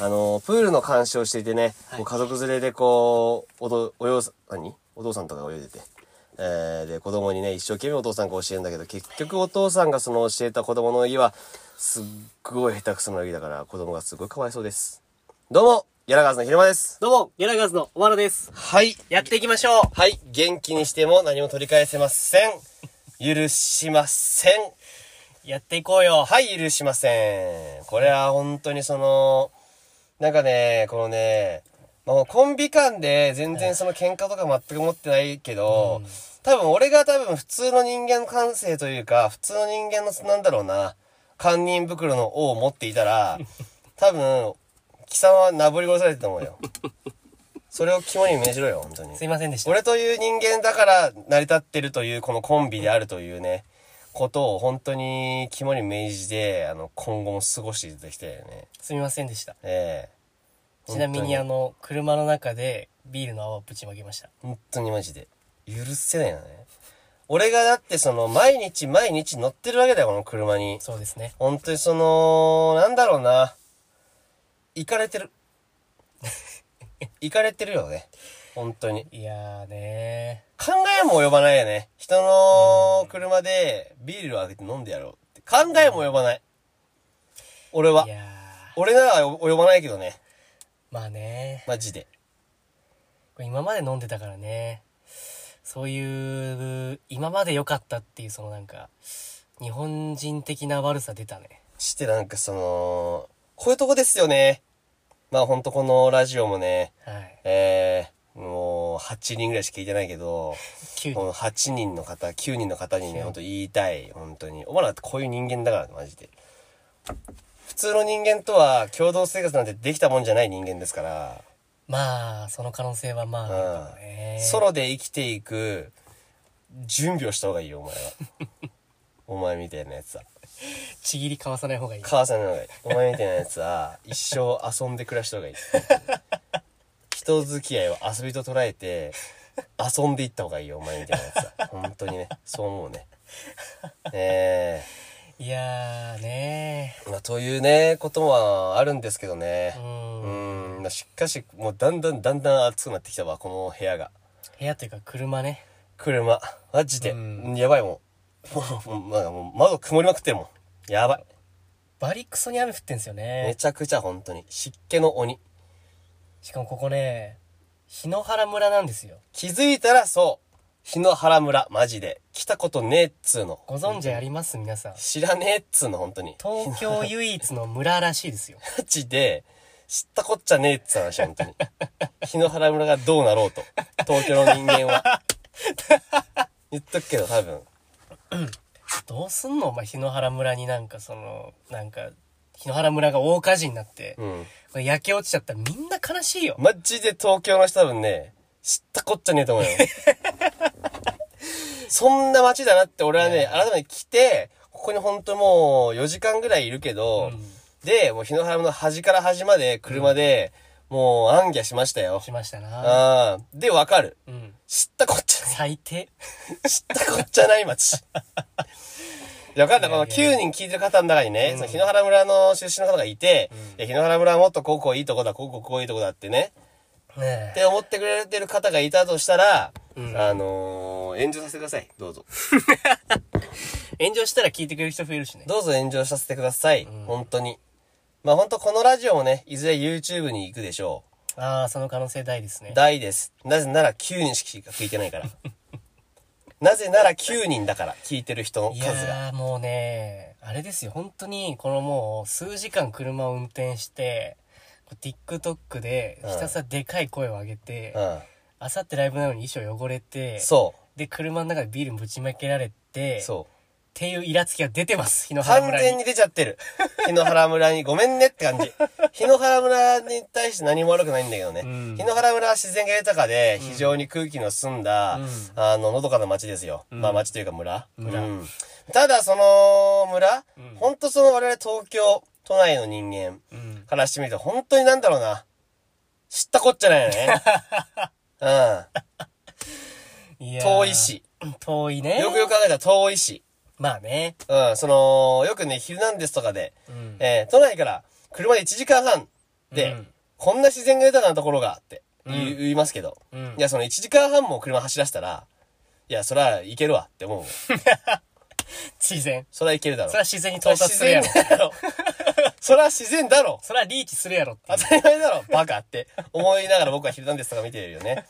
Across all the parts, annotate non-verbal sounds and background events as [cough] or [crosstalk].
あの、プールの監視をしていてね、はこいう家族連れでこう、おど、おようさ、何お父さんとかが泳いでて。えーで、子供にね、一生懸命お父さんが教えるんだけど、結局お父さんがその教えた子供の泳ぎは、すっごい下手くそな泳ぎだから、子供がすごいかわいそうです。どうも、柳川さんの昼間です。どうも、柳川ズの小原です。はい。やっていきましょうはい、元気にしても何も取り返せません。許しません。やっていこうよはい、許しません。これは本当にその、なんかね、このね、まあもうコンビ間で全然その喧嘩とか全く持ってないけど、多分俺が多分普通の人間の感性というか、普通の人間のなんだろうな、堪忍袋の王を持っていたら、多分、貴様はなぶり殺されてたと思うよ。それを肝に銘じろよ、本当に。すいませんでした。俺という人間だから成り立ってるというこのコンビであるというねことを本当に肝に銘じてあの今後も過ごしていただきたいよねすみませんでした。ええちなみにあのの、車の中でビールの泡をぶちまけました。本当にマジで許せないよね俺がだってその毎日毎日乗ってるわけだよこの車にそうですね。本当にそのなんだろうな行かれて [laughs] る行かれてるよね本当にいやーね考えも及ばないよね。人の車でビールを開けて飲んでやろうって。考えも及ばない。俺ー。。はいやー。俺なら及ばないけどね。まあねマジで。これ今まで飲んでたからね。そういう、今まで良かったっていうそのなんか、日本人的な悪さ出たね。してなんかその、こういうとこですよね。まあほんとこのラジオもね、はい。えー、もう8人ぐらいしか聞いてないけど、 9こ人。の8人の方、9人の方にね、ほんと言いたい。本当に。お前らってこういう人間だから、マジで。普通の人間とは共同生活なんてできたもんじゃない人間ですから。まあ、その可能性はまああるかもね。ソロで生きていく準備をした方がいい [laughs] よお前はお前みたいなやつはちぎりかわさない方がいい。母さんの方がいいお前みたいなやつは一生遊んで暮らした方がいい人付き合いを遊びと捉えて遊んでいった方がいいよお前みたいなやつは本当にねそう思うねえいやーねえまあというねことはあるんですけどねう。うんんまあしかしもうだんだんだんだん暑くなってきたわこの部屋が部屋というか車ね。車マジで、うんやばいもんもうもうなんかもう窓曇りまくってるもんやばいバリクソに雨降ってんすよめね。ちゃくちゃ本当に湿気の鬼しかもここね、日野原村なんですよ。気づいたらそう日野原村マジで来たことねえっつうのご存知あります皆さん。知らねえっつうの本当に東京唯一の村らし [laughs] いですよ。マジで知ったこっちゃねえっつう話本当 [laughs] に日野原村がどうなろうと東京の人間 [laughs] は言っとくけど多分どうすんのお前日野原村になんかその、なんか、日野原村が大火事になって、うんこれ焼け落ちちゃったらみんな悲しいよ。マジで東京の人多分ね、知ったこっちゃねえと思う [laughs] よ。そんな街だなって俺はね、改めて来て、ここにほんともう4時間ぐらいいるけど、で、もう日野原の端から端まで車で、もう暗ギャしましたよ。しましたな。ああで、わかる。うん。知ったこっちゃね最 [laughs] 低。え、知ったこっちゃない街。いやわかんない。このいやいや9人聞いてる方の中にね、うんその日野原村の出身の方がいて、うんいや日野原村はもっとこうこういいとこだ、こうこうこういいとこだってね、っねえ。て思ってくれてる方がいたとしたら、うんあのー、炎上させてください。どうぞ。炎上したら聞いてくれる人増えるしね。どうぞ炎上させてください。うん本当に。まあ本当このラジオもね、いずれ YouTube に行くでしょああ、その可能性大ですう。ね。大です。なぜなら9人しか聞いてないから。 [laughs] なぜなら9人だから、聞いてる人のい数が。やーもうね、あれですよ、本当に、このもう、数時間車を運転して、こう TikTok で、ひたすらでかい声を上げて、うん。あさってライブなのに衣装汚れて、そで、車の中でビールぶちまけられう。て、っそう。ていうイラつきが出てます、日野原完村全にに。出ちゃって [laughs] る。日野原村にごめんねって感じ。日野原村に対して何も悪くないんだけどね。うん日野原村は自然が豊かで、非常に空気の澄んだ、うんあの、のどかな町ですよ。うんまあ町というか村。村うんただその村、うんほんとその我々東京都内の人間うん。からしてみると、本当になんだろうな。知ったこっちゃないよ [laughs] ね。うん。いやー遠い。し。遠いね。よくよく考えたら遠いし。まあね。うん、その、よくね、ヒルナンデスとかで、うん。えー都内から車で1時間半って、うんこんな自然が豊かなところがって言,、うん言いますけど、うんいや、その1時間半も車走らせたら、いや、そりゃいけるわって思うもん。自然。そりゃいけるだろそれは自然に到達するやろ。そりゃ自然だろ。 [laughs] そりゃ自然だろ。それはリーチするやろってい当う。たり前だろ、バカって思いながら僕はヒルナンデスとか見てるよね。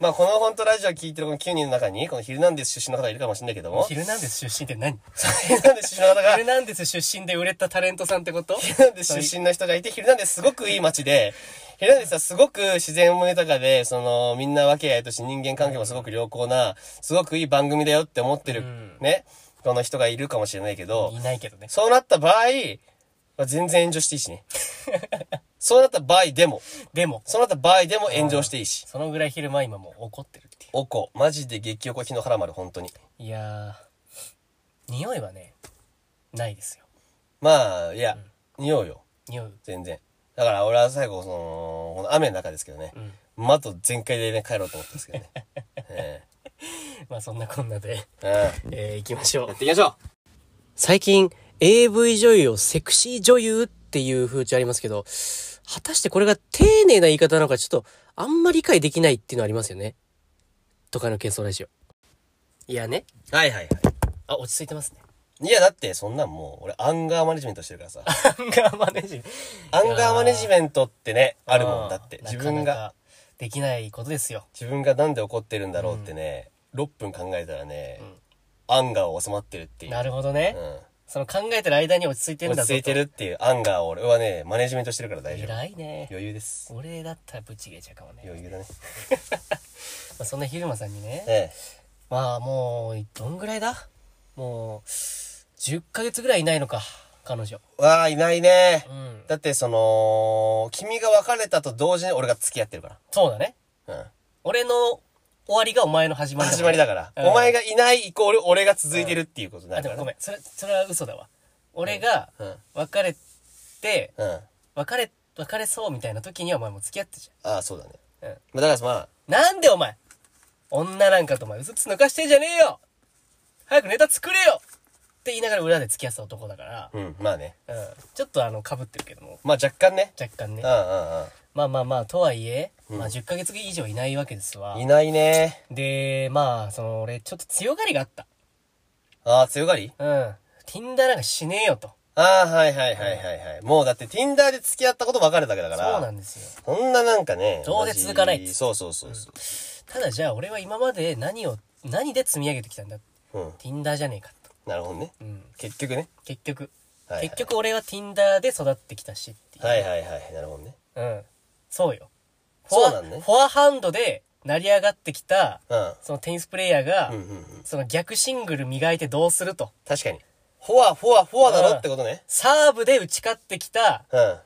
まあこの本当ラジオ聞いてるこの9人の中に、このヒルナンデス出身の方がいるかもしれないけども、 [laughs] ヒヒルナンデス出身って何ルナンデス出身の方がヒル、ナンデス出身で売れたタレントさんってことヒルナンデス出身の人がいて、ヒルナンデスすごくいい街で、ヒルナンデスはすごく自然も豊かで、その、みんな分け合いとして人間関係もすごく良好な、すごくいい番組だよって思ってる、んね、この人がいるかもしれないけど、いないけどね。そうなった場合、まあ、全然炎上していいし [laughs] ね。そうなった場合でも、でも、そうなった場合でも炎上していいし。そのぐらい昼間今もう怒ってるっていおこ、マジで激おこ日の原丸、本当に。う。いやー、匂いはね、ないですよ。まあ、いや、匂うよ、匂い。全然。だから俺は最後、その、この雨の中ですけどね、うん。窓全開でね、帰ろうと思ったんですけど [laughs] ね。えまあそんなこんなで、えうん。やえー、行きましょう。っていきましょ最近 AV 女優をセクシー女優っていう風潮ありますけど、果たしてこれが丁寧な言い方なのかちょっとあんま理解できないっていうのありますよね。都会の喧騒ラジオ。いやね。うはいはいはあ、落ち着いてますね。 [laughs] い。いや、だって、そんなんもう、俺、アンガーマネジメントしてる [laughs] からさ。アンガーマネジメント。アンガーマネジメントってね、あるもんだって。うん自分。ながかな、かできないことですよ。自分がなんで怒ってるんだろうってね、6分考えたらね、アンガーを収まってるっていう。なるほどね。うん。その考えてる間に落ち着いてるんだ落ぞち着いてる。るっていうアンガーを俺はね、マネジメントしてるから大丈夫。偉いね。余裕です。俺だったらぶち切れちゃうかもね。ま余裕だね。あ、そんな昼間さんにね、ええ。まあもう、どんぐらいだもう、10ヶ月ぐらいいないのか、彼女。わあ、いないねう。ん。だってその、君が別れたと同時に俺が付き合ってるかそうだね。ら。うん。俺の終わりがお前の始まりだ、始まりだから。お前がいないイコール俺が続いてるっていうことになあ、るでからもごね。めん。それ、それは嘘だわ。俺が、うん。別れて、うん。あ別れ、別れそうみたいな時にはお前もう付き合ってじあ、そうだね。ゃん。うん。まあだからまあ、なんでお前女なんかとお前嘘つ抜かしてんじゃねえよ早くネタ作れよって言いながら裏で付き合ってた男だから、うん、まあね。うん。ちょっとあの、被ってるけども、まあ若干ね。若干ねうん。うんまあまあまあ、とはいえ、うんまあ10ヶ月以上いないわけですわうん。い。ないね。で、まあ、その俺、ちょっと強がりがあった。ああ、強がりうん。Tinder なんかしねえよと。ああ、はいはいはいはいはい。もうだって Tinder で付き合ったこと別れたわけだから。そうなんですよ。そんななんかね。どうせ続かないっつってそうそうそうそただじゃあ俺は今まで何を、何で積み上げてきたんだう。うん。 ?Tinder じゃねえかと。なるほどね。うん。結局ね。結局。はいはい結局俺は Tinder で育ってきたしっていう。はいはいはい。なるほどね。うん。そうよ。そうなんねフォアフォアハンドで成り上がってきた、うそのテニスプレイヤーが、ん。うんうんうん。その逆シングル磨いてどうすると。確かに。フォア、フォア、フォアだろってことね。サーブで打ち勝ってきたうん。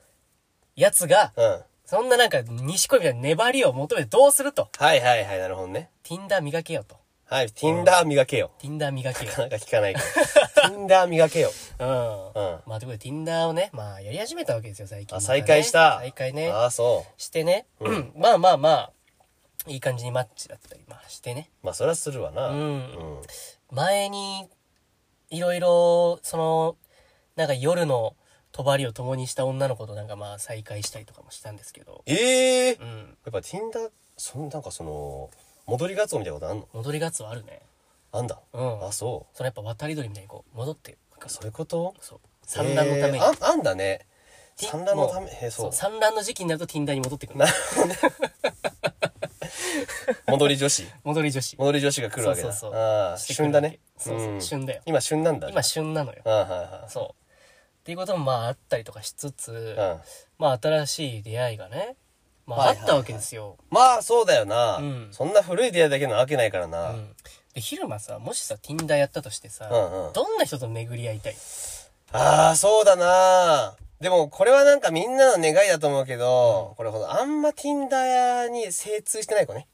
やつが、うん。そんななんか、西恋みたいな粘りを求めてどうすると。はいはいはい。なるほどね。 Tinder 磨けよと。はい。Tinder 磨けよ。 Tinder 磨けよな。 [laughs] かなか聞かないけ [laughs] ど。Tinder 磨けよ。うん。うんまあ、ということで Tinder をね、まあ、やり始めたわけですよ、最近、あ、再開した。再開ね。ああ、そしてね。うん。 [clears throat] まあまあまあ、いい感じにマッチだったり、まあしてね。う。まあ、それはするわな。ううん。ん。前に、いろいろ、その、なんか夜の帳を共にした女の子となんかまあ再会したりとかもしたんですけど、ええー。うやん。っぱ Tinder、そんなんかその、戻りガツオみたいなことあんの戻りがつはあるね。あんだ。うんあ、そそのやっぱ渡り鳥みたいにこう、戻ってう。くる。そういうことそう。産卵のために。えーあ、あんだね。ティ産卵のため、へーそそうう。産卵の時期になると Tinder に戻ってくる。戻り女子。戻り女子。戻り女子が来るわけだ。そうそうそうああ、してくる旬だね。そうそううん旬だよ今旬なんだ。今旬なのよあ。あ、はいそう。っていうこともまああったりとかしつつ、はい。うん。まあ新しい出会いがね、まあはあいはいはいったわけですよ。まあ、そうだよなうん。そんな古い出会いだけのわけないからな。うん。で、昼間さ、もしさ、Tinder やったとしてさ、うんうんどんな人と巡り合いたいああ、そうだな。でも、これはなんかみんなの願いだと思うけど、これほど、あんま Tinder に精通してない子ね。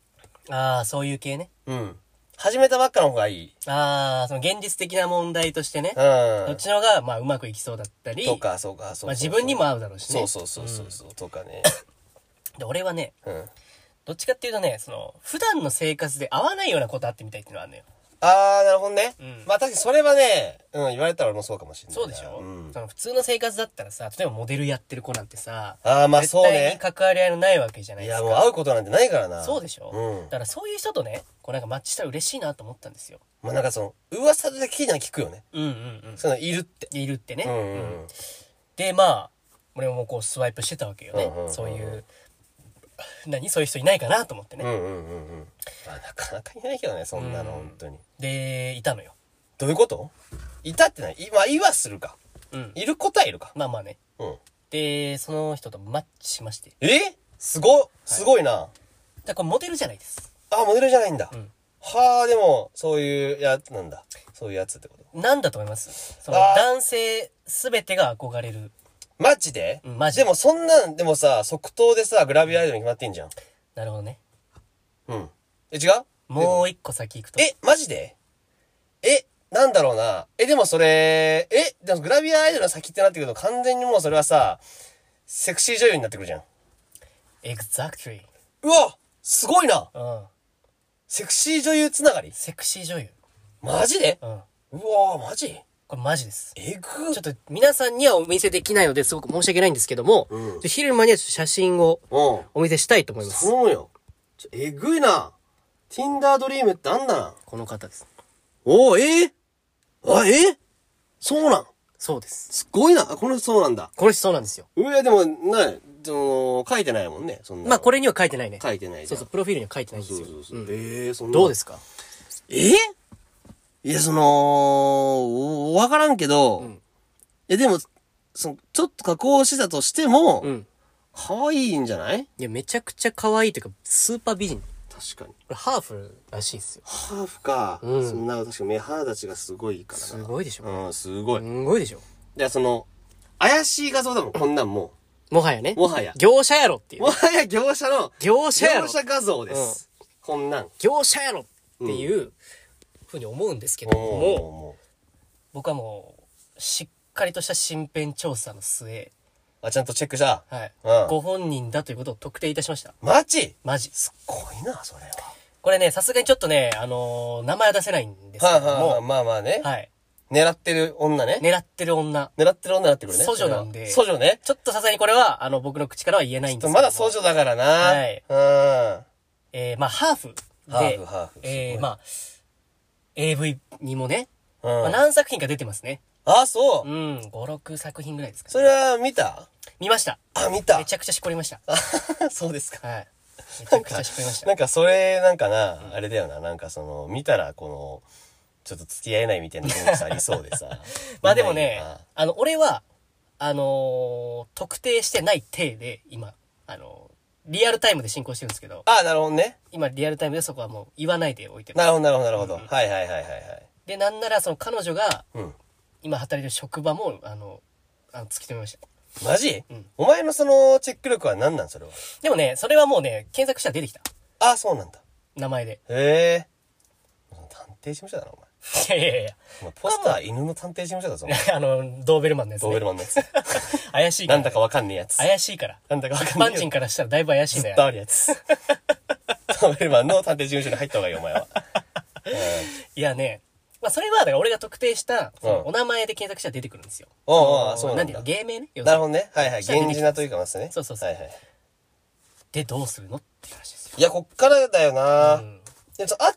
ああ、そういう系ね。うん。始めたばっかの方がいい。ああ、その現実的な問題としてねう、どっん。ちの方が、まあうまくいきそうだったり、とか、そうか、そうまあか。自分にも合うだろうしね。そうそうそうそうそう、とかね。で、俺はね、うん。どっちかっていうとね、その、普段の生活で合わないようなことあってみたいっていうのはあるのよ。あー、なるほどね。うんまあ確かにそれはね、うん、言われたら俺もそうかもしれないな。そうでしょうん。うんその普通の生活だったらさ、例えばモデルやってる子なんてさ、ああ、まあそう絶ね。対に関わり合いのないわけじゃないいですや、か。もう会うことなんてないからな。そうでしょ、うんだからそういう人とね、こうなんかマッチしたら嬉しいなと思ったんですよ。まあなんかその、噂で聞いたの聞くよね。うんうんうん。その、いるって。いるってね。うんうんううんん。で、まあ、俺もこうスワイプしてたわけよね。うんうんうんうんそういう、何そういう人いないかなと思ってね。うんうんうんうん。まあなかなかいないけどね、そんなの、うん本当に。で、いたのよ。どういうこといたってない。いまあ、いはするか。うん。いることはいるか。まあまあね。うん。で、その人とマッチしまして。えすご、すごいな。だからこれモデルじゃないです。あ、モデルじゃないんだ。うんはあ、でも、そういうやつなんだ。そういうやつってこと。なんだと思いますそのあー男性すべてが憧れる。マジで、うんマジででもそんなん、でもさ、即答でさ、グラビアアイドルに決まってんじゃん。なるほどね。うん。え、違うもう一個先行くと。え、マジでえ、なんだろうな。え、でもそれ、え、でもグラビアアイドルの先ってなってくると完全にもうそれはさ、セクシー女優になってくるじゃん。 exactly. うわすごいなうん。セクシー女優つながりセクシー女優。マジでうん。うわマジこれマジです。えぐちょっと皆さんにはお見せできないのですごく申し訳ないんですけども、うんちょっと昼間にはちょっと写真をうん。お見せしたいと思います。そうよ。ちょえぐいな。Tinder ドリームってあんだな。この方です。おおえー、あ、えーそうなん。そうです。すごいな。あこの人そうなんだ。この人そうなんですよ。うえ、でも、な、でも、書いてないもんね。そんな。まあこれには書いてないね。書いてないじそゃ。うんそう、プロフィールには書いてないんですそうよ。そうそう。えー、そんな。どうですすかえーいや、その、わからんけど、うんいや、でも、その、ちょっと加工してたとしても、うん。可愛いんじゃないいや、めちゃくちゃ可愛いというか、スーパー美人。こ確かに。れハーフらしいですよ。ハーフか。うんそんな、確か目鼻立ちがすごいからな。すごいでしょ。うん、すごい。すごいでしょ。いや、その、怪しい画像だもん、こんなんももはやね。もはや。業者やろっていううもね。はや業者の、業者やろ業者画像です。こんなん。業者やろっていうふうに思うんですけども、も僕はもう、しっかりとした身辺調査の末、う。あ、ちゃんとチェックした。はい。うんご本人だということを特定いたしました。マジマジ。すっごいな、それは。これね、さすがにちょっとね、あのー名前は出せないんですけはどいはいも、はい。まあまあね。はい。狙ってる女ね。狙ってる女。狙ってる女になってくるね。素女なんでそれは素女ね。ちょっとさすがにこれは、あの、僕の口からは言えないんですけども。まだ素女だからな。はいうん。ハえー、まあ、ハーフで、ーフ、ハーフ。えー、まあ、AV にもね、あ、うんまあ、何作品か出てますね。あ、そうう。ん、5、6作品ぐらいですか、ね。それは見た見ました。あ、見ためち。ゃくちゃしこりました。そうですか。 [laughs] はい。めちゃくちゃしこりました。。なんかそれ、なんかな、あれだよな、なんかその、見たらこの、ちょっと付き合えないみたいなのさ、ありそうでさ [laughs] まあでもね見ないよな、あの、俺は、あのー特定してない体で、今、あのーリアルタイムで進行してるんですけど、ああ、なるほどね。今リアルタイムでそこはもう言わないでおいてまなす。るほど、なるほど、なるほど。はいはいはいはいはい。で、なんならその彼女が、うん。今働いてる職場も、あの、あの突き止めました。マジ、うんお前のその、チェック力は何なんそれは。でもね、それはもうね、検索したら出てきた。ああ、そうなんだ。名前で。へ [laughs] え。探偵事務所だな、お前。いやいやいや。 [laughs] お前ポスター犬の探偵事務所だぞ。お前あの、ドーベルマンのやつ、ね。ドーベルマンのやつ。怪しいなから。んだかわかんねえやつ。怪し [laughs] いから。なんだかわかんねえパンチンからしたらだいぶ怪しいねずっ。とあるやつ。ドーベルマンの探偵事務所に入った方がいい、お前は。いやね、まあそれは、だから俺が特定した、そのうんお名前で検索したら出てくるんですよ。おうおうのそうなんだていうの芸名ね。要すなるるにほどね。はいはい。下に出てき源氏なというかますね。そうそうそうはいはい。で、どうするのって話ですよ。いや、こっからだよな、うんでも、会っ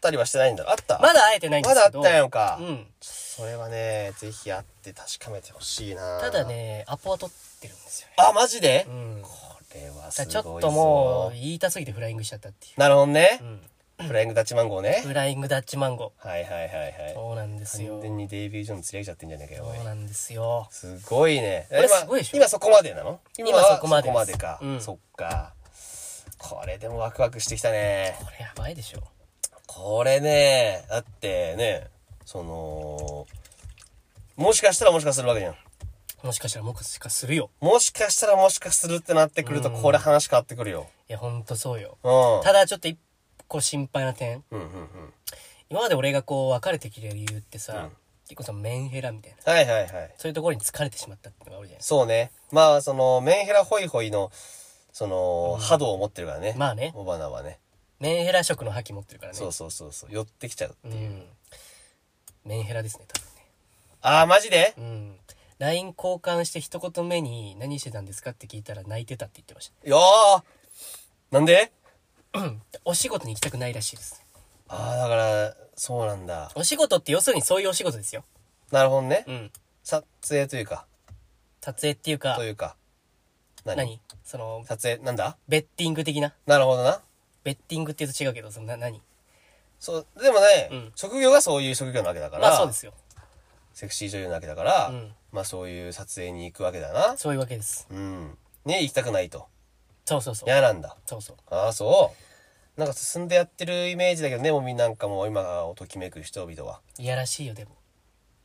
たりはしてないんだろあったまだ会えてないんですまだけ会っど。たやんか。うん。それはね、ぜひ会って確かめてほしいなただ。ね、アポは取ってるんですよね。あ、マジで、うん。だこれはすからごいぞ。ちょっともう、言いたすぎてフライングしちゃったっていうなるほどね。。うん。フライングダッチマンゴーね。フライングダッチマンゴはいはいはいー。はい。そうなんですよ完。全にデイビー・ジョーン釣り上げちゃってんじゃねえかよ、おいそうなんですよ。すごいね。れすごいでしょ今今そこまでなの今はそこまでそですこまでか、うんそっか。これでもワクワクしてきたね。これやばいでしょ。これね、だってね、その、もしかしたらもしかするわけじゃん。もしかしたらもしかするよ。もしかしたらもしかするってなってくると、これ話変わってくるよ。いや、ほんとそうよ。うん。ただちょっと一個心配な点。うんうんうん。今まで俺がこう別れてきてる理由ってさ、うん結構そのメンヘラみたいな。はいはいはい。そういうところに疲れてしまったってのがあるじゃないですそうね。まあ、その、メンヘラホイホイの、その、波動を持ってるからね。か。まあね、オバナはね。メンヘラ色の覇気持ってるからね。そうそうそうそう。寄ってきちゃう。うん。メンヘラですね、多あー、マジで分ね。うん。 LINE 交換して一言目に何してたんですかって聞いたら泣いてたって言ってましいやーなんでた。お仕事に行きたくないらしいです。ああ、だから、そうなんだ。お仕事って要するにそういうお仕事ですよ。なるほどねう。ん。撮影というか、撮影っていうかと、いうか。何何その、撮影、なんだベッティング的な。なるほどな。ベッティングって言うと違うけど、そのな、何そう、でもね、うん職業がそういう職業なわけだから、まあそうですよ。セクシー女優なわけだから、うんまあそういう撮影に行くわけだな。そういうわけです。うん。ね、行きたくないと。そうそうそう。嫌なんだ。そうそう。ああ、そう。なんか進んでやってるイメージだけどね、もうみんなんかもう今をときめく人々は。いやらしいよ、でも。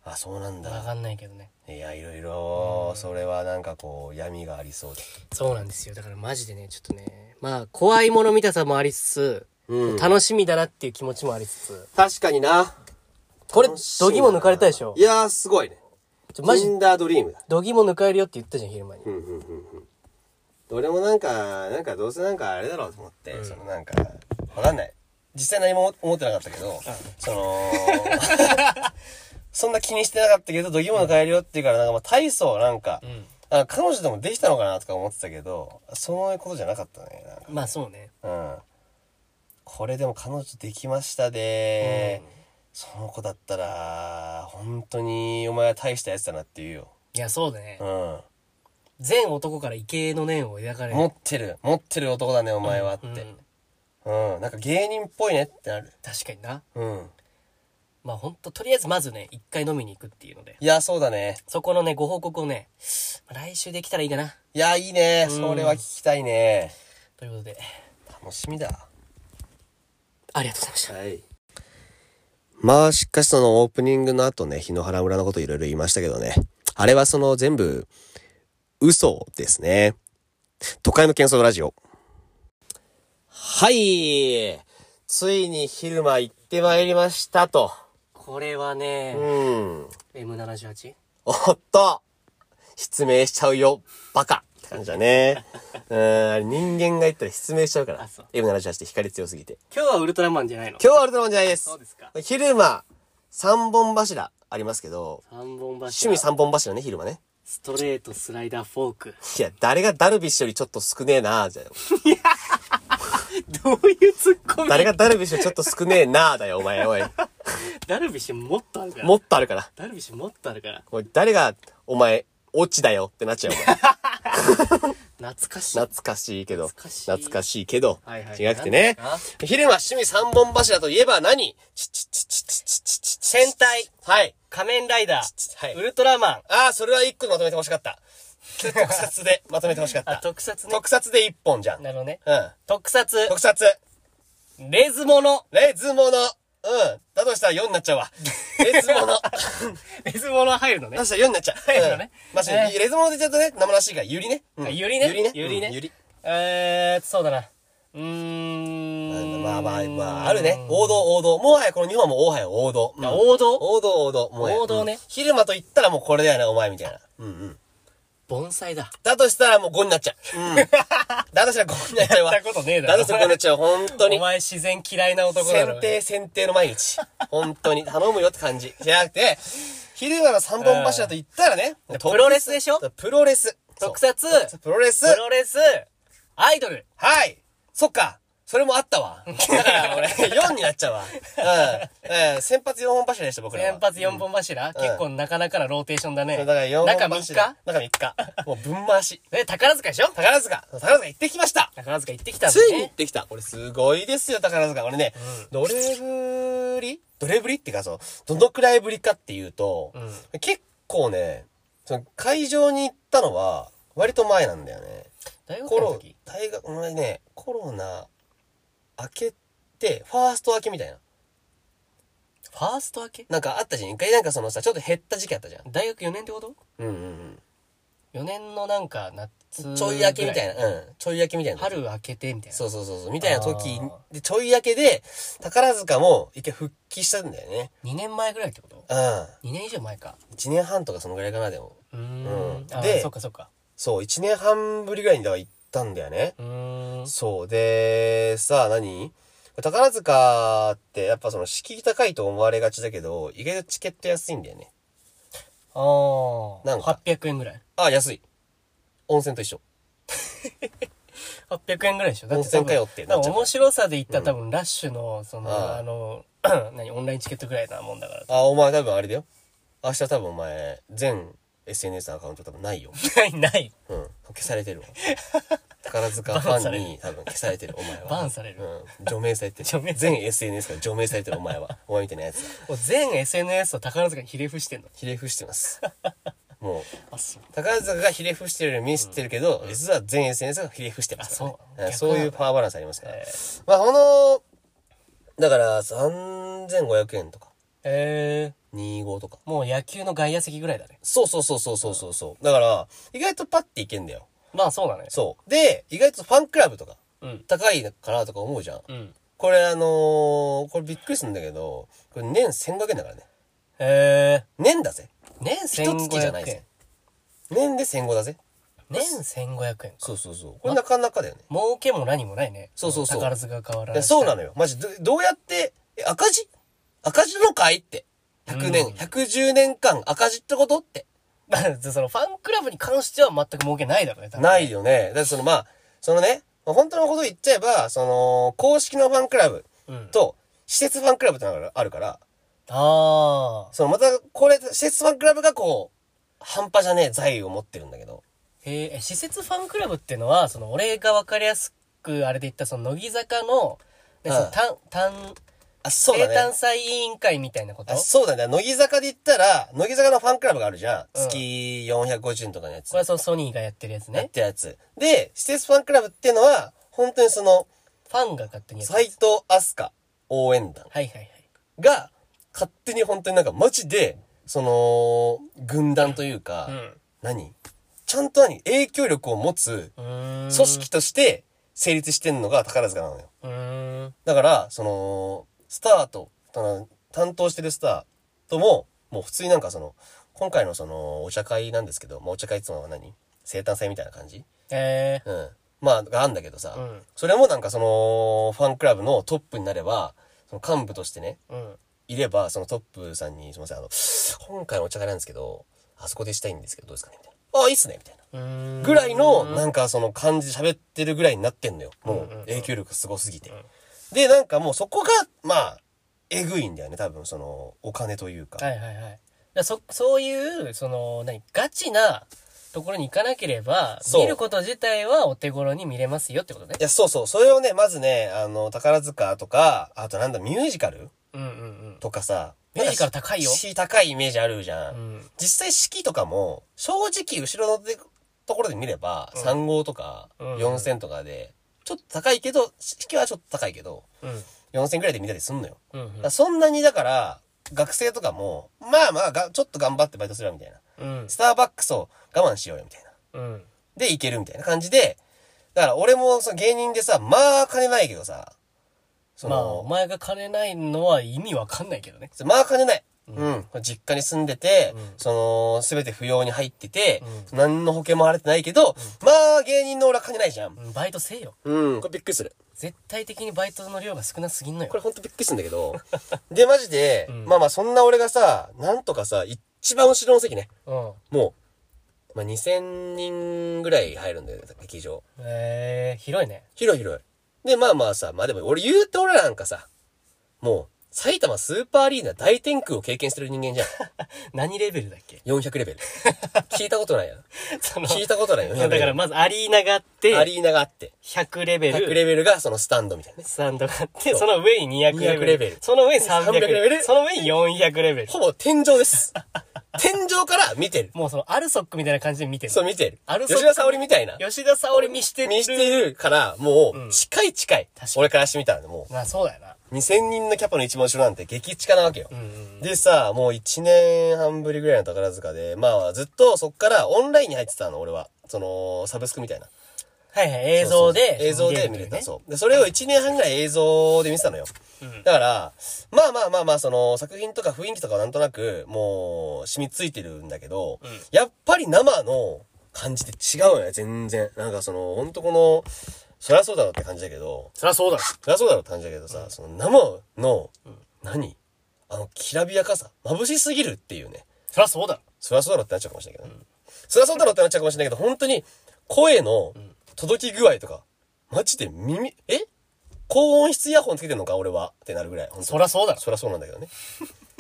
ああ、そうなんわだ。かんないけどね。いや、いろいろ、それはなんかこう、闇がありそうで。そうなんですよ。だからマジでね、ちょっとね、まあ、怖いもの見たさもありつつ、うん楽しみだなっていう気持ちもありつつ、確かにな。これ、楽しいな度肝抜かれたでしょいやー、すごいね。ちょマジジ、ンダードリームだ。度肝抜かれるよって言ったじゃん、昼間に。うんうんうんうん。俺もなんか、なんかどうせなんかあれだろうと思って、そのなんか、わかんない。実際何も思ってなかったけど、その、 [laughs] そんな気にしてなかったけど、度肝の変えるよっていうから、なんかまあ大層なんか、んあ彼女でもできたのかなとか思ってたけど、そういうことじゃなかったね。なんかまあそうね。うん。これでも彼女できましたで、その子だったら、本当にお前は大したやつだなって言うよ。いや、そうだね。うん。全男から畏敬の念を抱かれる。持ってる持ってる男だねお前はってううんん、なんか芸人っぽいねってなる確かにな。うんまあほんと、とりあえずまずね、一回飲みに行くっていうので。いやそうだねそこのね、ご報告をね、まあ来週できたらいいかな。いやいいねうんそれは聞きたいねということで、楽しみだありがとうございました。はいまあしかしそのオープニングの後ね檜原村のこといろいろ言いましたけどねあれはその全部嘘ですね都会の喧騒ラジオはいついに昼間行ってまいりましたとこれはねう、ん M78? おっと失明しちゃうよ、バカって感じだ [laughs] ね。うん、あれ人間が言ったら失明しちゃうからあそう M78 って光強すぎて。今日はウルトラマンじゃないの今日はウルトラマンじゃないです。そうですか昼間、三本柱ありますけど、三本柱趣味三本柱ね、昼間ね。ストレートスライダーフォーク [laughs] いや、誰がダルビッシュよりちょっと少ねえなあじゃよ。どういうツッコミ誰がダルビッシュよりちょっと少ねえなあだよ、お前、おい。ダルビッシュもっとあるからもっとあるから。ダルビッシュもっとあるからおい誰が、お前、オチだよってなっちゃう、お前。懐かしい懐かしいけど。懐かしい懐かしいけど。はいはい違くてねなんで。昼間趣味三本柱といえば何ちちちちちちちち戦隊はい。仮面ライダー、はいウルトラマンああ、それは一個でまとめてほしかった。特撮でまとめてほしかっあた。特撮ね特撮で一本じゃん。うんな。るほどね特撮特撮。レズモノレズモノ。うん。だとしたら4になっちゃう [laughs] わ。レズモノ。だレズモノ入るのねとしたら4になっちゃう。いそうねまじえーレズモノでちゃうとね、生らしいから、ゆりね。うんあユリねゆりね。ユリねうんゆり。えーそうだなうーんまあまあまあ、あるね。王道王道。もはやこの日本はもう王はや王道。うん王道王道王道。もうや王道ねうん昼間と言ったらもうこれだよね、お前みたいな。うんうん。盆栽だだとしたらもう5になっちゃう。 [laughs] うん。だとしたら5になっちゃうわ。やったことねえだろだとしたら5になっちゃう。本当おに。前自然嫌いな男だろ選定選定の毎 [laughs] 日。本当に。頼むよって感じ。じゃなくて、昼間の三本柱と言ったらね、んプロレスでしょプロレス。特撮そうプロレスプ。ロレスアイドルはいそっかそれもあったわ。だから俺、4になっちゃうわ。うん。えー先発4本柱でした、僕らは。先発4本柱、結構なかなかなローテーションだね。そうだから4本中柱。 3日中3日。もうぶん回し。ね、宝塚でしょ宝塚宝塚行ってきました宝塚行ってきたんだついに行っね。てきた。俺すごいですよ、宝塚。俺ね、どれぶりどれぶりっていうか、その、どのくらいぶりかっていうと、結構ね、その会場に行ったのは、割と前なんだよね。大学コ生のロ時、大学、俺ね、コロナ明けて、ファースト明けみたいな。ファースト明けなんかあったじゃん。一回なんかそのさ、ちょっと減った時期あったじゃん。大学4年ってことうんうん ?4 年のなんか夏。ちょい明けみたいな。な。うん。ちょい明けみたいな。春明けてみたいな。そうそうそうそう。みたいな時あーで、ちょい明けで、宝塚も一回復帰したんだよね。 2年前ぐらいってことうん。 ?2 年以上前か。 1年半とかそのぐらいかな、でも。うーうんん。あでそっかそっか。そう、1年半ぶりぐらいにだから行ったんだよね。うーん。そう。で、さあ何宝塚ってやっぱその敷居高いと思われがちだけど、意外とチケット安いんだよね。ああ。なんか800円ぐらい。あ、安い。温泉と一緒。 800円ぐらいでしょだって温泉かよってな多っちゃう分面白さで言ったら多分ラッシュの、その、あああの、 [clears throat] 何、オンラインチケットぐらいなもん [laughs] だから。あ、お前多分あれだよ。明日多分お前、全 SNS のアカウント多分ないよ。ない、ない。うん。消されてるわ。宝塚ファンに多分消されてる、お前は。バンされるうん。除名されて除名る。全 SNS から除名されてる、お前は。お前みたいなやつは。もう全 SNS を宝塚にひれ伏してんの。ひれ伏してます。もう、あ、そう。宝塚がひれ伏してるように見せてるけど、実は全 SNS がひれ伏してますからね、あそううんそういうパワーバランスありますから。えーまあ、この、だから、3500円とか、え25とか。ー、もう野球の外野席ぐらいだね。そうそうそうそうそうそうそう。だから、意外とパッていけんだよ。まあそうだね。そう。で、意外とファンクラブとか、うん。高いからとか思うじゃん。うん。これあのー、これびっくりするんだけど、これ年1500円だからね。え年だぜ。ー、年1500円。一月じゃないぜ。年で1500だぜ。年1500円か。そうそうそう。これなかなかだよね。儲けも何もないね。そうそうそう宝塚変わらいやそうなののよ。マジ、どどうやって、え赤字赤字のかいって。100年、うん110年間赤字ってことって。 [laughs] そのファンクラブに関しては全く儲けないだろうね、多分ない。よね。だってそのまあ、そのね、まあ本当のこと言っちゃえば、その、公式のファンクラブうん。と、施設ファンクラブってのがあるから、ああ。そのまた、これ、施設ファンクラブがこう、半端じゃねえ財を持ってるんだけど。へえ、え施設ファンクラブってのは、その、俺が分かりやすく、あれで言った、その、乃木坂の、ねうんその、たん、たん、あ、そう生だね。誕祭委員会みたいなことあそうだね。乃木坂で言ったら、乃木坂のファンクラブがあるじゃん。うん月450円とかのやつ。これはそのソニーがやってるやつやっね。てるやつ。で、施設ファンクラブっていうのは、本当にその、ファンが勝手にやってる斎やつ。藤飛鳥応援団はいはいはい。が、勝手に本当になんかマジで、その、軍団というか、ん何ちゃんと何影響力を持つうーん。組織として成立してんのが宝塚なのよ。うーん。だから、その、スターと、その担当してるスターとも、もう普通になんかその、今回のその、お茶会なんですけど、まあお茶会っていうのは何生誕祭みたいな感じえー、うん。まあ、があんだけどさ、うんそれもなんかその、ファンクラブのトップになれば、その幹部としてね、うん。いれば、そのトップさんに、すいません、あの、今回のお茶会なんですけど、あそこでしたいんですけど、どうですかねみたいな。ああ、いいっすねみたいな。うーん。ぐらいの、なんかその感じで喋ってるぐらいになってんのよ。もうんうんううん影響力すごすぎて。で、なんかもうそこが、まあ、えぐいんだよね、多分、その、お金というか。はいはいはい。だそ、そういう、その、何、ガチなところに行かなければ、そう見ること自体はお手頃に見れますよってことねい。や、そうそう。それをね、まずね、あの、宝塚とか、あとなんだ、ミュージカルうんうんとかさ。ミュージカル高いよ敷居高いイメージあるじゃん。うん。うん。実際式とかも、正直後ろのでところで見れば、うん3号とかうん4000とかで、ちょっと高いけど、式はちょっと高いけど、うん。 4000くらいで見たりすんのよ。うんうんだからそんなにだから、学生とかも、まあまあが、ちょっと頑張ってバイトするわみたいな。うん。スターバックスを我慢しようよみたいな。うん。で、いけるみたいな感じで、だから俺もその芸人でさ、まあ金ないけどさ、そまあ、おの、前が金ないのは意味わかんないけどね。まあ金ない。うん。実家に住んでて、うんその、すべて不要に入ってて、う何の保険も払ってないけど、まあ芸人の俺は金ないじゃん。うんバイトせえよ。うん。これびっくりする。絶対的にバイトの量が少なすぎんのよこ。れほんとびっくりするんだけど。 [laughs] で、マジで、うんまあまあそんな俺がさ、なんとかさ、一番後ろの席ね。うん。もう、まあ2000人ぐらい入るんだよ、劇場。えー、広いね。広い広い。で、まあまあさ、まあでも俺言うて俺らなんかさ、もう、埼玉スーパーアリーナ大天空を経験してる人間じゃ [laughs] ん。何レベルだっけ400レベル。聞いたことないやん。 [laughs] その、聞いたことないよ。だからままずアリーナがあって、アリーナがあって、 100レベ100ル、レベルがそのスタンドみたいなね。スタンドがあって、そうその上に200レベル。 200レベルその上に300 300レレベベル。ルその上に400レベル。ほぼ天井 [laughs] です。天井から見てる。もうそのアルソックみたいな感じで見てる。そう見てるある。吉田沙織みたいな。吉田沙織見してる。見してるから、もうんう、近い近い確か。に俺からしてみたらね、もまあそうだよな。う、2000人のキャパの一番後ろなんて激近なわけよう。んうん。でさ、もう1年半ぶりぐらいの宝塚で、まあずっとそっからオンラインに入ってたの、俺は。その、サブスクみたいな。はいはい、映像で。映像で見れるねた。そう。で、それを1年半ぐらい映像で見てたのよ。だから、まあまあまあまあ、その、作品とか雰囲気とかはなんとなく、もう、染みついてるんだけど、やっぱり生の感じって違うよね、全然。なんかその、ほんとこの、そりゃそうだろうって感じだけど、そりゃそうだろ。そりゃそうだろうって感じだけどさ、その生の、何あの、きらびやかさ、眩しすぎるっていうね。そりゃそうだろ。そりゃそうだろってなっちゃうかもしれないけどね。そりゃそうだろってなっちゃうかもしれないけど、本当に声の届き具合とか、マジで耳、え高音質イヤホンつけてんのか俺はってなるぐらい。本当にそりゃそうだろそりゃそうなんだけどね。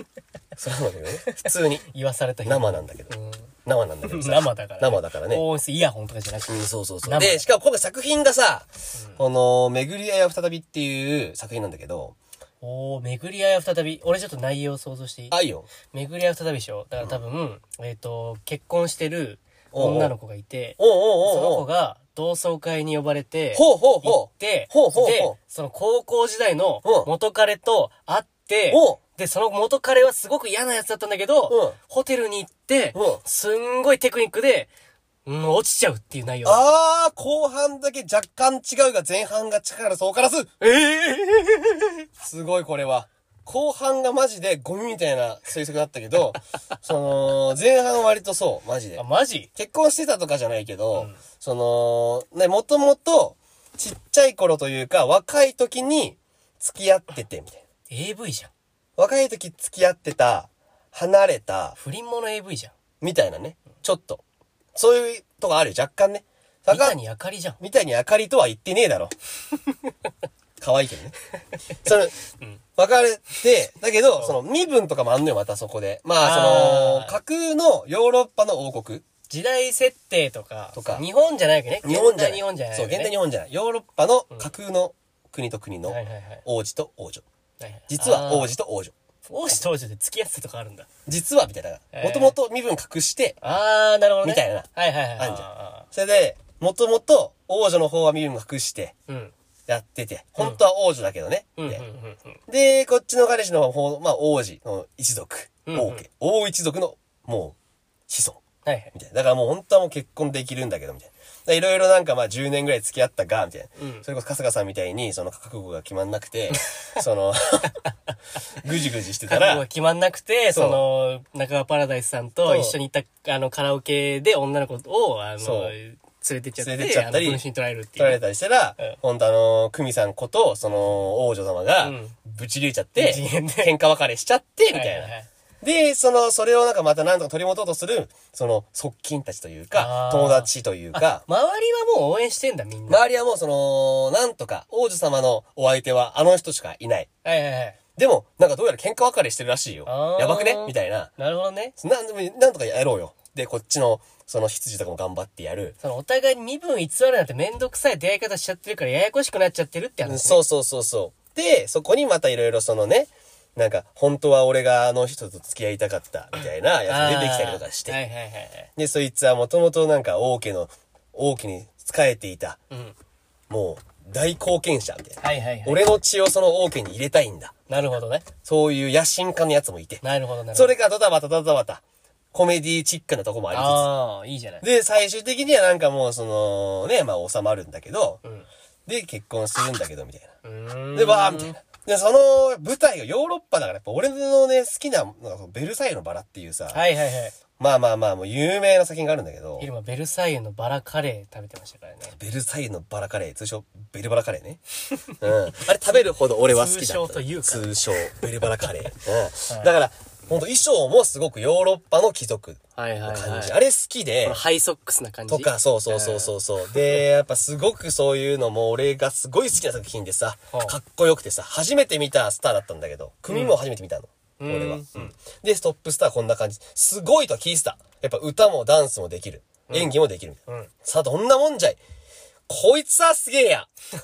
[laughs] そりゃそうなんだけどね。普通に。言わされた日生なんだけど。生なんだけどさ生だから、生だからね。高音質イヤホンとかじゃなくて、うん、そうそうそう。生で、しかも今回作品がさ、この、巡り合いは再びっていう作品なんだけど、おー巡り合いは再び俺ちょっと内容を想像していいあいよ。巡り合いは再びでしょだから多分、えっ、と結婚してる女の子がいておうそのおうおうお子うが同窓会に呼ばれてほうほう行ほっう。てほうほうほうでその高校時代のうん元彼と会っておうでその元彼はすごく嫌なやつだったんだけど、うんホテルに行って、うんすんごいテクニックで、うん、落ちちゃうっていう内容あー、後半だけ若干違うが前半が力からそうからず。ええすごいこれは。後半がマジでゴミみたいな推測だったけど、その、前半は割とそう、マジであ。マジ結婚してたとかじゃないけど、その、ね、もともと、ちっちゃい頃というか、若い時に付き合ってて、みたいな。 AV じゃん若い時付き合ってた、離れた、不倫もの AV じゃんみたいなね。ちょっと。そういうとこあるよ、若干ね。三若干谷あかりじゃんみたいにあかりとは言ってねえだろ。 [laughs] 可愛いけどね。その、別れて、だけど、その身分とかもあんのよ、またそこで。まあ、あーその、架空のヨーロッパの王国。時代設定とかとか日本じゃないわけね日本じゃない。現代日本じゃないそう、わけ現ね代日本じゃない。ヨーロッパの架空の国と国のはいはいはい王子と王女。はいはい実はあー王子と王女。王子当時で付き合ってたとかあるんだ実は、みたいな。へーもともと身分隠して、あーなるほどねみたいなはいはいはいあんじゃんあそれで、もともと王女の方は身分隠して、ーうんやってて、本当は王女だけどね。うんうんでうんうんで、こっちの彼氏の方、まあ、王子の一族、うんうん王家、王一族の、もう、子孫、はいはいみたいな。だからもう本当はもう結婚できるんだけど、みたいな。でいろいろなんかまあ10年ぐらい付き合ったが、みたいな。うんそれこそ春日さんみたいに、その覚悟が決まんなくて、 [laughs] その、ぐじぐじしてた [laughs] 覚悟がら、決まんなくて、そうその、中川パラダイスさんとそう一緒に行った、あの、カラオケで女の子を、あの、そう連れてっちゃって、連れてっちゃったりあの分身取られるっていう。取られたりしたらうん、本当あの、久美さんこと、その、王女様がうん、ぶち切れちゃって、ぶち切れて喧嘩別れしちゃって、みたはいないはい。はいで、その、それをなんかまた何とか取り戻そうとする、その、側近たちというかあ、ー友達というか、 [laughs] 周りはもう応援してんだ、みんな。周りはもうその、なんとか、王女様のお相手はあの人しかいない。はいはいはい。でも、なんかどうやら喧嘩別れしてるらしいよあ。ーやばくねみたいな。なるほどね。なんでも、なんとかやろうよ。で、こっちの、その羊とかも頑張ってやる。その、お互いに身分偽るなんてめんどくさい出会い方しちゃってるから、ややこしくなっちゃってるって話、ね。そうそうそうそう。で、そこにまたいろいろそのね、なんか、本当は俺があの人と付き合いたかった、みたいなやつが出てきたりとかしてあー。はいはいはいはい。で、そいつはもともとなんか王家の、王家に仕えていた、うん。もう大貢献者みたいな。はいはいはい。俺の血をその王家に入れたいんだ。なるほどね。そういう野心家のやつもいて。なるほどなるほど。それがドタバタドタバタ、コメディチックなとこもあああ、いいじゃないりつ。つ。で、最終的にはなんかもうその、ね、まあ収まるんだけど、うん。で、結婚するんだけど、みたいな。でで、わーみたいな。で、その舞台がヨーロッパだから、やっぱ俺のね、好きな、なんかそのベルサイユのバラっていうさ、はいはいはい。まあまあまあ、もう有名な作品があるんだけど、昼間ベルサイユのバラカレー食べてましたからね。ベルサイユのバラカレー、通称ベルバラカレーね。うん。あれ食べるほど俺は好きだった。通称というか通称ベルバラカレー。うん。だから、ほんと衣装もすごくヨーロッパの貴族はいはいのはい。感じ。あれ好きで、ハイソックスな感じ。とか、そうそうそうそうそう。で、やっぱすごくそういうのも俺がすごい好きな作品でさ、はあかっこよくてさ、初めて見たスターだったんだけど、組も初めて見たの。俺は、うんで、ストップスターこんな感じ。すごいとは聞いてた。やっぱ歌もダンスもできる。演技もできるみたいな。さあ、どんなもんじゃい。こいつはすげえや。 [laughs]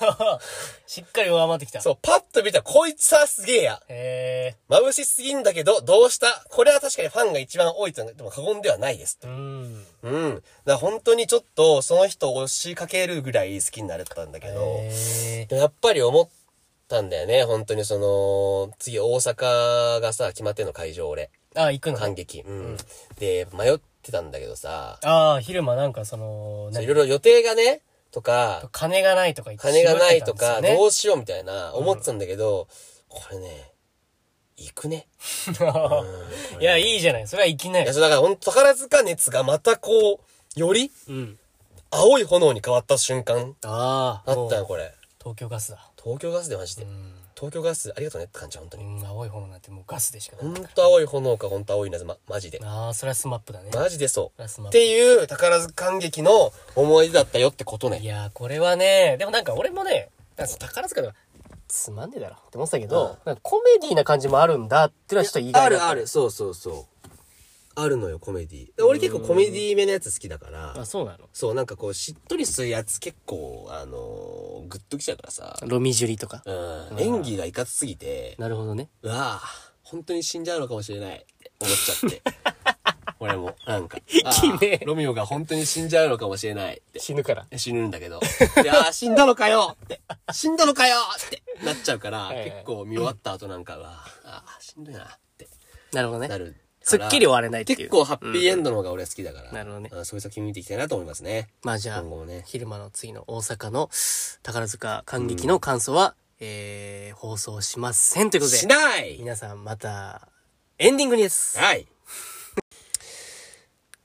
しっかり上回ってきた。そう、パッと見たらこいつはすげえや。へ眩しすぎんだけど、どうしたこれは確かにファンが一番多いと言っても過言ではないです。え。うん。うん。だから本当にちょっと、その人を押しかけるぐらい好きになれたんだけど、へえ。でもやっぱり思ったんだよね、本当にその、次大阪がさ、決まってんの会場俺。あ、行くの感激。うん。で、迷ってたんだけどさ、ああ、昼間なんかそその、うい何ろいろ予定がね、とか、金がないとか言って金がないとか、しまってたんですよねどうしようみたいな、思ってたんだけど、これね、行くね。 [laughs] いや、いいじゃない。それは行きないよや、。そうだからほんと宝塚熱がまたこう、よりうん。青い炎に変わった瞬間ああ。あったもよ、うこれ。東京ガスだ。東京ガスでマジで。東京ガスありがとうねって感じ、本当うに。ん、青い炎なんてもうガスでしかほない。んと青い炎か、ほんと青いなま、マジで。ああ、それはスマップだね。マジでそラスう。マっッていう宝塚感激の思い出だったよってこといね。やー、これはね、でもなんか俺もね、なんか宝塚では、つまんねえだろって思ってたけど、なんかコメディな感じもあるんだっていうのはちょっと意あ外だっるた。ある、そうそうそう。あるのよ、コメディ。俺結構コメディ目のやつ好きだからあ、、そうなのそう、なんかこう、しっとりするやつ結構、あのー、グッときちゃうからさ、ロミジュリとか。うん、演技がいかつすぎて、なるほどね。うわあ本当に死んじゃうのかもしれないって思っちゃ [laughs] って。俺も、なんか、あきめえーロミオが本当に死んじゃうのかもしれないって。死ぬから。死ぬんだけど。いやー [laughs] 死んだのかよって。死んだのかよってなっちゃうから、いはい結構見終わった後なんかは、ああ、しんどいなってなるほどなね。る。すっきり終われないっていう結構ハッピーエンドの方が俺は好きだから。なるほどねあそういう作品見ていきたいなと思いますね。まあじゃあ今後もね、昼間の次の大阪の宝塚感激の感想は、えー、放送しませんということで。しない皆さんまた、エンディングです。はい。 [laughs]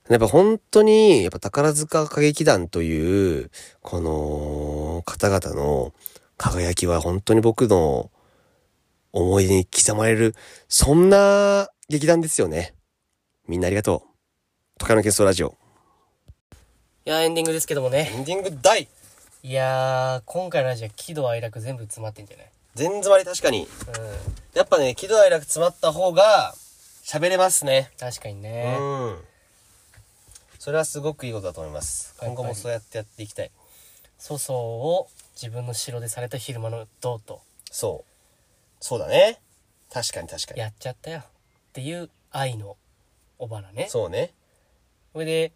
やっぱ本当に、やっぱ宝塚歌劇団という、この方々の輝きは本当に僕の思い出に刻まれる、そんな劇団ですよね。みんなありがとう。都会の結晶ラジオ。いや、エンディングですけどもね。エンディング大いやー、今回のラジオ、喜怒哀楽全部詰まってんじゃない全詰まり確かに。うん。やっぱね、喜怒哀楽詰まった方が喋れますね。確かにうね。ん。それはすごくいいことだと思います。はい今後もそうやってやっていきたい。粗相を自分の城でされた昼間のどうと、そう。そうだね。確かに確かに。やっちゃったよ。っていう愛のおばらね。そうね。それで、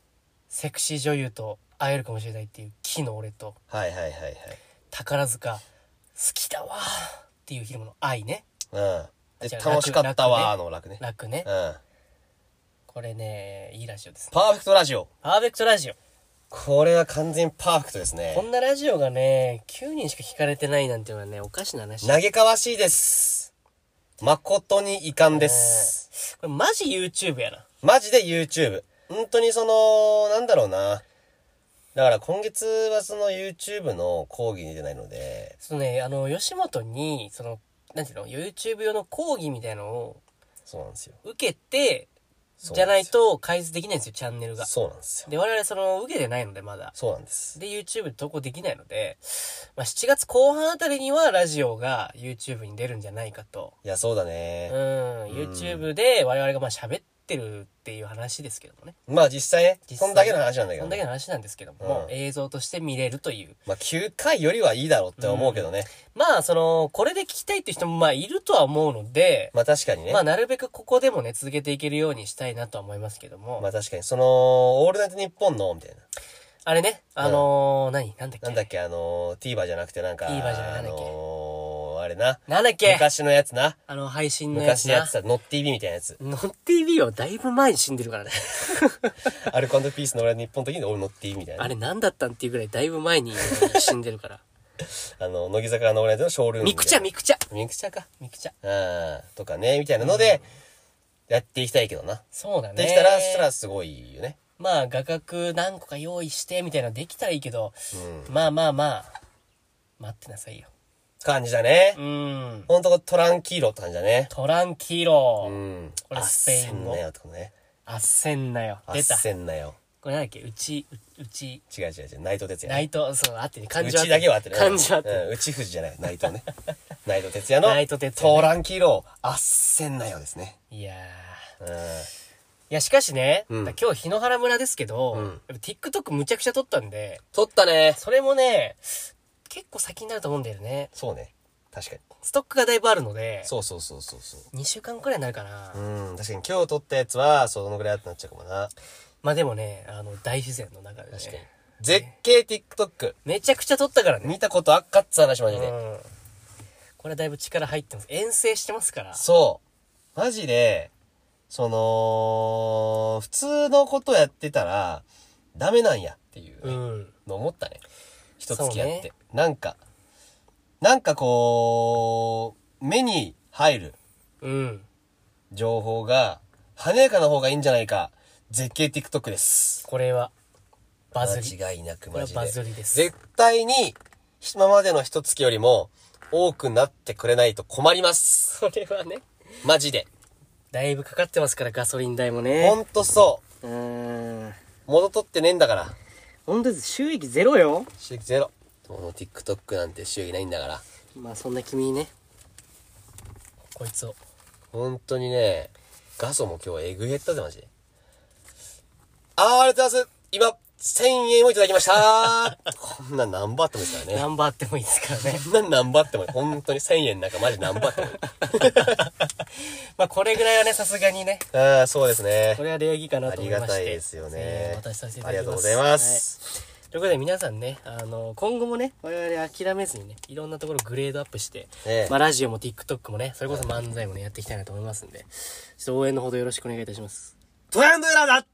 セクシー女優と会えるかもしれないっていう木の俺と、はいはいはいはい。宝塚、好きだわーっていう昼間の愛ね。うん。じで、ゃあ楽しかったわー楽の楽ね。楽ねうん。。パこれね、いいラジオですね。ーフェクトラジオ。パーフェクトラジオ。これは完全パーフェクトですねこ。んなラジオがね、9人しか聞かれてないなんていうのはね、おかしな話。嘆かわしいです。誠に遺憾です。これマジ YouTube やな。マジで YouTube。本当にその、なんだろうな。だから今月はその YouTube の講義に出ないので、そのね、あの、吉本に、その、なんていうの、YouTube 用の講義みたいなのをそうなんですよ。受けて、そうじゃないと開設できないんですよ、チャンネルが。そうなんですよ。で、我々その、受けてないので、まだ。そうなんです。で、YouTube で投稿できないので、まあ、7月後半あたりにはラジオが YouTube に出るんじゃないかと。いや、そうだうねん、。YouTube で我々がまあ喋ってるっていう話ですけどもね。まあ実際ね、実こ際んだけの話なんだけど、ね。こんだけの話なんですけども、うん映像として見れるという。まあ、9回よりはいいだろうって思うけどね。まあ、その、これで聞きたいっていう人もまあいるとは思うので、まあ、確かにね。ままあ、なるべくここでもね、続けていけるようにしたいなとは思いますけども。あ、確かに。その、オールナイトニッポンの、みたいな。あれね、あのー何なんだっけなんだっけ、あのー、TVer じゃなくてなんか、 TVer じゃなあいなんだっけのー、あれな。なんだっけ昔のやつな。あの、配信のやつ昔のやな。つ。さ、ノッ TV みたいなやつ [laughs] ノッ TV はだいぶ前に死んでるか [laughs] らね。アルコピースの俺の日本の時に俺ノッ TV みたいな。ああれ何だったんっていうぐらいだいぶ前に死んでるから。 [laughs] の、乃木坂のオールナイトのショールームみミたクいチな。ャミクチャミクチャか。ミクチャ。うん。とかね、みたいなので、やっていきたいけどな。そうだね。できたら、そしたらすごいよね。まあ、画角何個か用意して、みたいなのできたらいいけど、うん。まあまあまあ、待ってなさいよ。感じだねう。ん。ほんと、トランキーロって感じだね。トランキーうロー。ん。これスペインあっせん語なよ、とかね。あっせんなよ。あっ出た。せんなよ。これなんだっけうち、ううち、違う違う違う、内藤哲也ナね。イト、そう、あってる。感うじは合っちだてる。けは合ってる。感じは合ってる。うん、うち富士じゃない、内藤ね。 [laughs] 内藤哲也の、内藤哲也ねトランキーロー、あっせんなよですね。いやー。うん。いや、しかしね、うんだ今日日野原村ですけど、うんやっぱ TikTok むちゃくちゃ撮ったんで、撮ったね。それもね、結構先になると思うんだよね。そうね。確かに。ストックがだいぶあるので、そうそうそうそうそう。 2週間くらいになるかな。うん、確かに今日撮ったやつは、そのぐらいだってなっちゃうかもな。まあでもね、あの、大自然の中で確かにね。。絶景 TikTok。めちゃくちゃ撮ったからね。見たことあっかっつ話マうジで。ん。これだいぶ力入ってます。遠征してますから。そう。マジで、その、普通のことやってたら、ダメなんやっていうね、うん。の思ったね。一月やって、そうねなんか、なんかこう、目に入るうん。情報が、華やかな方がいいんじゃないか。絶景 TikTok です。これは、バズり。間違いなくマこれはジで。バズりです。絶対に、今までの一月よりも、多くなってくれないと困ります。それはね。マジで。だいぶかかってますから、ガソリン代もほね。んとそうーん。う。元取ってねえんだから。本当です。収益ゼロよ。収益ゼロ。もう TikTok なんて収益ないんだから。まあ、そんな君にね。こいつを。本当にね、ガソも今日えぐ減ったぜ、マジで。あー、ありがとうございます。今、1000円をいただきましたこんなん何バーってもいいですからねナ。ンバーあってもいいですからね。 [laughs] こんなん何バーってもいい。本当に1000円なんかマジ何バーってもいい。まあ、これぐらいはね、さすがにね。あー、そうですねこ。れは礼儀かなあと思りいまがして。たいですよえーね。渡しさせていたあだきりがとます。うございます。はい。ということで皆さんね、あの、今後もね、我々諦めずにね、いろんなところグレードアップして、ええまあラジオも TikTok もね、それこそ漫才もね、やっていきたいなと思いますんで、ちょっと応援のほどよろしくお願いいたします。トランドエラーだ